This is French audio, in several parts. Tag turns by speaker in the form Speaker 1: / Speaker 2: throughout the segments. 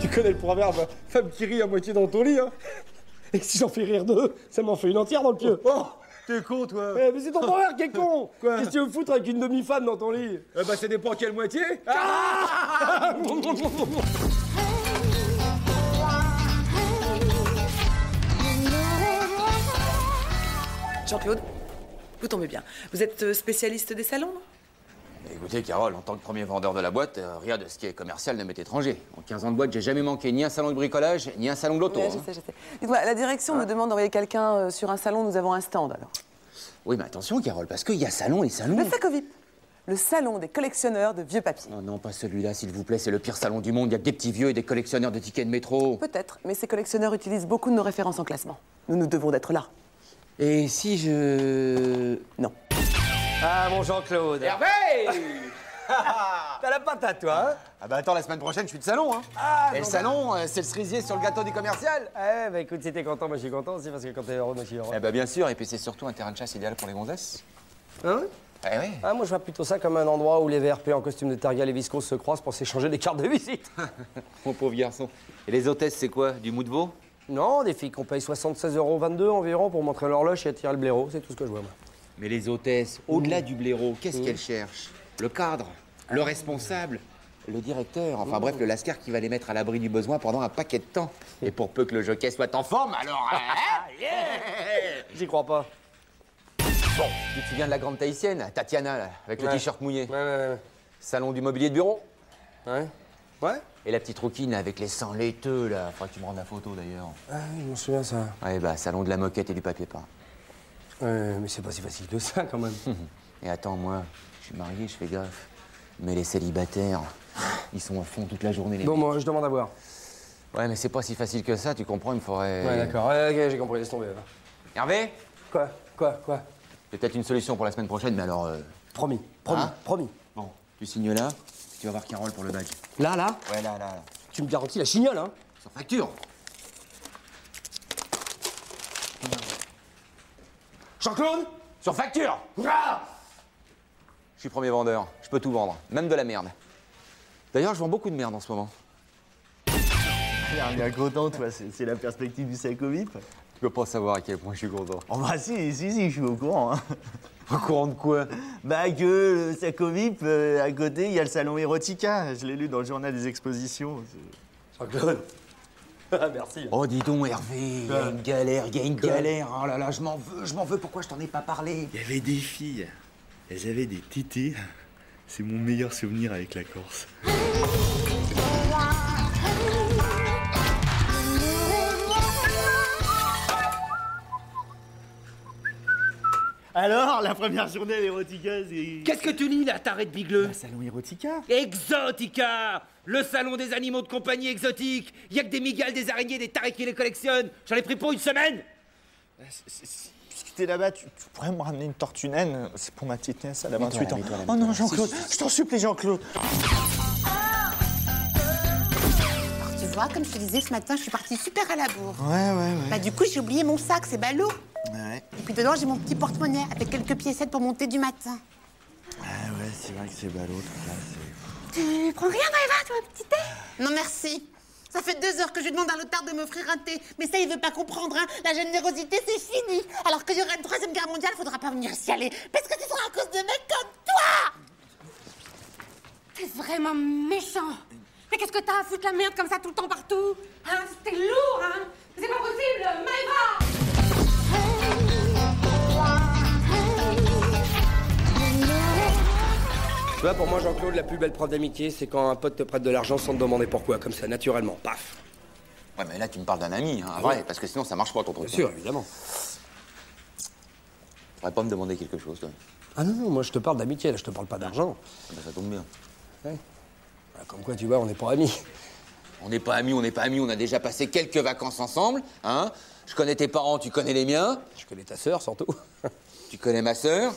Speaker 1: Tu connais le proverbe, femme qui rit à moitié dans ton lit, hein Et que si j'en fais rire deux, ça m'en fait une entière dans le pieu.
Speaker 2: Oh T'es con, toi
Speaker 1: Eh, mais c'est ton proverbe qui est con
Speaker 2: Quoi
Speaker 1: Qu'est-ce que tu veux me foutre avec une demi-femme dans ton lit Ah
Speaker 2: Eh bah, ça dépend quelle moitié
Speaker 3: Jean-Claude, vous tombez bien. Vous êtes euh, spécialiste des salons non
Speaker 4: Écoutez, Carole, en tant que premier vendeur de la boîte, euh, rien de ce qui est commercial ne m'est étranger. En 15 ans de boîte, j'ai jamais manqué ni un salon de bricolage, ni un salon de l'auto.
Speaker 3: Ouais, je
Speaker 4: hein.
Speaker 3: sais, je sais. Dites-moi, la direction
Speaker 5: Ah.
Speaker 3: nous demande d'envoyer quelqu'un euh, sur un salon, nous avons un stand alors.
Speaker 4: Oui, mais attention, Carole, parce qu'il y a salon et
Speaker 5: Hmm.
Speaker 4: salon.
Speaker 3: Le Sacovip, le salon des collectionneurs de vieux papiers.
Speaker 4: Oh Non, non, pas celui-là, s'il vous plaît, c'est le pire salon du monde. Il y a que des petits vieux et des collectionneurs de tickets de métro.
Speaker 3: Peut-être, mais ces collectionneurs utilisent beaucoup de nos références en classement. Nous nous devons d'être là.
Speaker 4: Et si je.
Speaker 3: Non.
Speaker 2: Ah, mon Jean-Claude
Speaker 4: Hervé
Speaker 2: T'as la patate, toi, hein
Speaker 4: Ah bah attends, la semaine prochaine, je suis de salon, hein Et le salon, euh, c'est le cerisier sur le gâteau du commercial
Speaker 2: Eh, bah écoute, si t'es content, moi je suis content aussi, parce que quand t'es heureux, moi je suis heureux.
Speaker 4: Eh bah bien sûr, et puis c'est surtout un terrain de chasse idéal pour les gonzesses.
Speaker 2: Hein
Speaker 4: Eh oui
Speaker 2: ah, moi je vois plutôt ça comme un endroit où les VRP en costume de Targa et Viscos se croisent pour s'échanger des cartes de visite.
Speaker 4: Mon pauvre garçon. Et les hôtesses, c'est quoi Du mou de veau
Speaker 2: non, des filles qu'on paye 76,22€ environ pour montrer l'horloge et attirer le blaireau, c'est tout ce que je vois, moi.
Speaker 4: Mais les hôtesses, au-delà
Speaker 2: Mmh.
Speaker 4: du blaireau, qu'est-ce qu'elles cherchent Le cadre, le responsable, le directeur, enfin
Speaker 2: Mmh.
Speaker 4: bref, le lascar qui va les mettre à l'abri du besoin pendant un paquet de temps. Et pour peu que le jockey soit en forme, alors. hein, yeah
Speaker 2: J'y crois pas.
Speaker 4: bon, puis tu viens de la grande tahitienne, Tatiana, là, avec le
Speaker 2: Ouais.
Speaker 4: t-shirt mouillé.
Speaker 2: Ouais, ouais,
Speaker 4: Salon du mobilier de bureau.
Speaker 2: ouais. Ouais Ouais
Speaker 4: Et la petite rouquine là, avec les sangs laiteux, là. Faudrait que tu me rendes la photo d'ailleurs.
Speaker 2: Ah, je m'en souviens, ça.
Speaker 4: Ouais, bah, salon de la moquette et du papier peint. Mmh.
Speaker 2: Ouais, mais c'est pas si facile que ça, quand même.
Speaker 4: Et attends, moi, je suis marié, je fais gaffe. Mais les célibataires, ils sont à fond toute la journée, les
Speaker 2: bon, moi, je demande à voir.
Speaker 4: Ouais, mais c'est pas si facile que ça, tu comprends, il me faudrait.
Speaker 2: Ouais, d'accord. Ouais, ok, j'ai compris, laisse tomber. là.
Speaker 4: Hervé
Speaker 2: Quoi Quoi Quoi
Speaker 4: J'ai peut-être une solution pour la semaine prochaine, mais alors. euh,
Speaker 2: Promis, promis,
Speaker 4: Hein
Speaker 2: promis.
Speaker 4: Bon, tu signes là, tu vas voir Carole pour le badge.
Speaker 2: Là, là,
Speaker 4: Ouais, là, là, là.
Speaker 2: tu me garantis la chignole, hein
Speaker 4: Sur facture
Speaker 2: Jean-Claude
Speaker 4: Sur facture
Speaker 2: Ah
Speaker 4: Je suis premier vendeur, je peux tout vendre, même de la merde. D'ailleurs, je vends beaucoup de merde en ce moment.
Speaker 6: On est content, toi, c'est c'est la perspective du Sacovip.
Speaker 4: Tu peux pas savoir à quel point je suis content.
Speaker 6: Oh bah si, si, si, je suis au courant. hein.
Speaker 4: Au courant de quoi
Speaker 6: Bah que le Sacovip, euh, à côté, il y a le salon Erotica. Je l'ai lu dans le journal des expositions.
Speaker 2: Jean-Claude Ah, Merci.
Speaker 4: Oh, dis donc, Hervé, il y a une galère, il y a une galère. Oh là là, je m'en veux, je m'en veux, pourquoi je t'en ai pas parlé
Speaker 6: Il y avait des filles, elles avaient des tétés. C'est mon meilleur souvenir avec la Corse. Alors, la première journée à l'Erotica, c'est...
Speaker 5: Qu'est-ce que tu lis là, taré de bigleux
Speaker 6: Le salon Erotica
Speaker 5: Exotica Le salon des animaux de compagnie exotiques Y a que des migales, des araignées, des tarés qui les collectionnent J'en ai pris pour une semaine
Speaker 6: Puisque t'es là-bas, tu, tu pourrais me ramener une tortue naine C'est pour ma petite nièce, elle a 28 ans.
Speaker 4: ramène-toi,
Speaker 6: Oh
Speaker 4: ramène-toi.
Speaker 6: non, Jean-Claude, je t'en supplie, Jean-Claude.
Speaker 7: Tu vois, comme je te disais ce matin, je suis partie super à la bourre.
Speaker 6: Ouais, ouais, ouais.
Speaker 7: Bah, du coup, j'ai oublié mon sac, c'est ballot.
Speaker 6: Ouais,
Speaker 7: Et puis dedans, j'ai mon petit porte-monnaie avec quelques piécettes pour monter du matin.
Speaker 6: Ah ouais, c'est vrai que c'est ballot, tout ça, c'est-
Speaker 7: Tu prends rien, Eva, toi, petit thé Non, merci. Ça fait deux heures que je demande à l'otard de m'offrir un thé, mais ça, il veut pas comprendre, hein. La générosité, c'est fini. Alors qu'il y aura une troisième guerre mondiale, faudra pas venir chialer, parce que ce sera à cause de mecs comme toi
Speaker 8: T'es vraiment méchant Mais qu'est-ce que t'as à foutre la merde comme ça tout le temps partout Hein C'était lourd, hein C'est pas possible Maëva
Speaker 5: Tu vois, pour moi, Jean-Claude, la plus belle preuve d'amitié, c'est quand un pote te prête de l'argent sans te demander pourquoi, comme ça, naturellement, paf
Speaker 4: Ouais, mais là, tu me parles d'un ami, hein, vrai, parce que sinon, ça marche pas ton truc.
Speaker 5: Bien sûr, évidemment.
Speaker 4: Faudrait pas me demander quelque chose, toi. Ah, bah,
Speaker 2: Ah non, non, moi je te parle d'amitié, là, je te parle pas d'argent.
Speaker 4: ça tombe bien.
Speaker 2: Voilà, Comme quoi, tu vois, on n'est pas amis.
Speaker 4: On n'est pas amis, on n'est pas amis, on a déjà passé quelques vacances ensemble, hein Je connais tes parents, tu connais les miens.
Speaker 2: Je connais ta sœur, surtout.
Speaker 4: Tu connais ma sœur.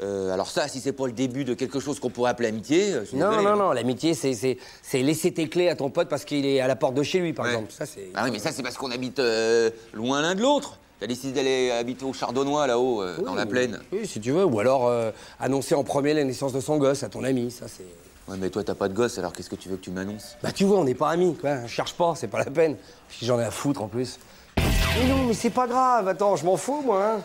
Speaker 4: Euh, alors ça, si c'est pas le début de quelque chose qu'on pourrait appeler amitié, euh, je suis
Speaker 2: Non,
Speaker 4: désolé.
Speaker 2: non, non, l'amitié, c'est- c'est c'est laisser tes clés à ton pote parce qu'il est à la porte de chez lui, par exemple. Ça, c'est.
Speaker 4: Ah oui, mais ça, c'est parce qu'on habite euh, loin l'un de l'autre. T'as décidé d'aller habiter au Chardonnois, là-haut, euh, dans la plaine.
Speaker 2: Oui, si tu veux. Ou alors euh, annoncer en premier la naissance de son gosse à ton ami, ça, c'est.
Speaker 4: Ouais, mais toi, t'as pas de gosse, alors qu'est-ce que tu veux que tu m'annonces
Speaker 2: Bah, tu vois, on n'est pas amis, quoi. Je cherche pas, c'est pas la peine. Puis j'en ai à foutre en plus. Mais non, mais c'est pas grave, attends, je m'en fous, moi. hein.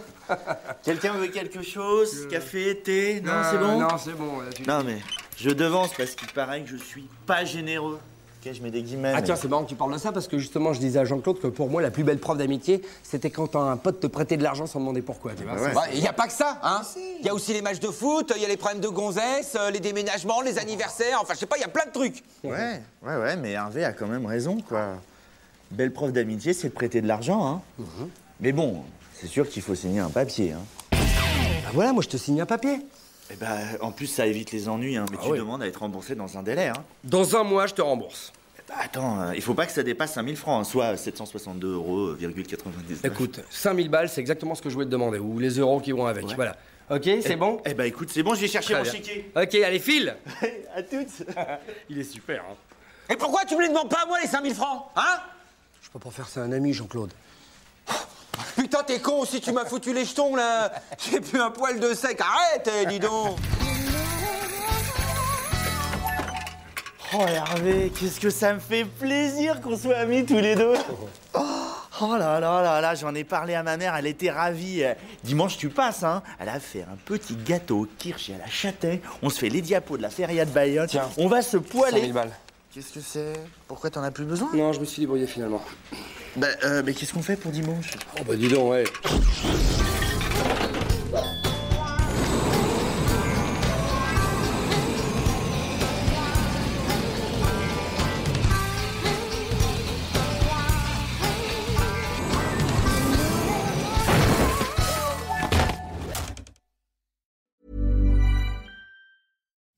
Speaker 6: Quelqu'un veut quelque chose Café, thé Non,
Speaker 2: Non,
Speaker 6: c'est bon
Speaker 2: Euh, non, c'est bon, là, tu-
Speaker 6: Non, mais je devance parce qu'il paraît que je suis pas généreux. Ok, je mets des guillemets.
Speaker 2: Ah
Speaker 6: mais-
Speaker 2: tiens, c'est marrant que tu parles de ça parce que justement, je disais à Jean-Claude que pour moi, la plus belle preuve d'amitié, c'était quand un pote te prêtait de l'argent sans demander pourquoi, tu vois. Bah,
Speaker 4: Bah, Il y a pas que ça, hein Il y a aussi les matchs de foot, il y a les problèmes de gonzesse, euh, les déménagements, les anniversaires, enfin, je sais pas, il y a plein de trucs.
Speaker 6: Ouais, ouais, ouais, mais Hervé a quand même raison, quoi. Belle preuve d'amitié, c'est de prêter de l'argent, hein.
Speaker 2: Mhm.
Speaker 6: Mais bon, c'est sûr qu'il faut signer un papier, hein.
Speaker 2: Bah voilà, moi, je te signe un papier.
Speaker 6: Eh ben, en plus, ça évite les ennuis, hein. Mais tu demandes à être remboursé dans un délai, hein.
Speaker 2: Dans un mois, je te rembourse.
Speaker 6: Eh ben, attends, euh, il faut pas que ça dépasse 5000 francs, hein, soit 762,99 euros.
Speaker 2: Écoute, 5000 balles, c'est exactement ce que je voulais te demander, ou les euros qui vont avec. Voilà. Ok, c'est bon
Speaker 6: Eh ben, écoute, c'est bon, je vais chercher
Speaker 2: Très bien.
Speaker 6: mon chéquier.
Speaker 2: Ok, allez, file
Speaker 6: à toutes.
Speaker 2: Il est super, hein.
Speaker 4: Et pourquoi tu me les demandes pas, moi, les 5000 francs, hein
Speaker 2: Je peux pas faire ça à un ami, Jean-Claude.
Speaker 4: Putain, t'es con aussi, tu m'as foutu les jetons, là J'ai plus un poil de sec, arrête, eh, dis donc
Speaker 6: Oh Hervé, qu'est-ce que ça me fait plaisir qu'on soit amis tous les deux. Oh là là là là, j'en ai parlé à ma mère, elle était ravie. Euh, Dimanche tu passes, hein Elle a fait un petit gâteau au kirsch et à la châtaigne. On se fait les diapos de la feria de Bayonne.
Speaker 2: Tiens,
Speaker 6: on va se poiler.
Speaker 2: balles.
Speaker 6: Qu'est-ce que c'est Pourquoi t'en as plus besoin
Speaker 2: Non, je me suis débrouillé finalement.
Speaker 6: Bah, euh, mais qu'est-ce qu'on fait pour dimanche
Speaker 2: Oh bah dis donc, ouais.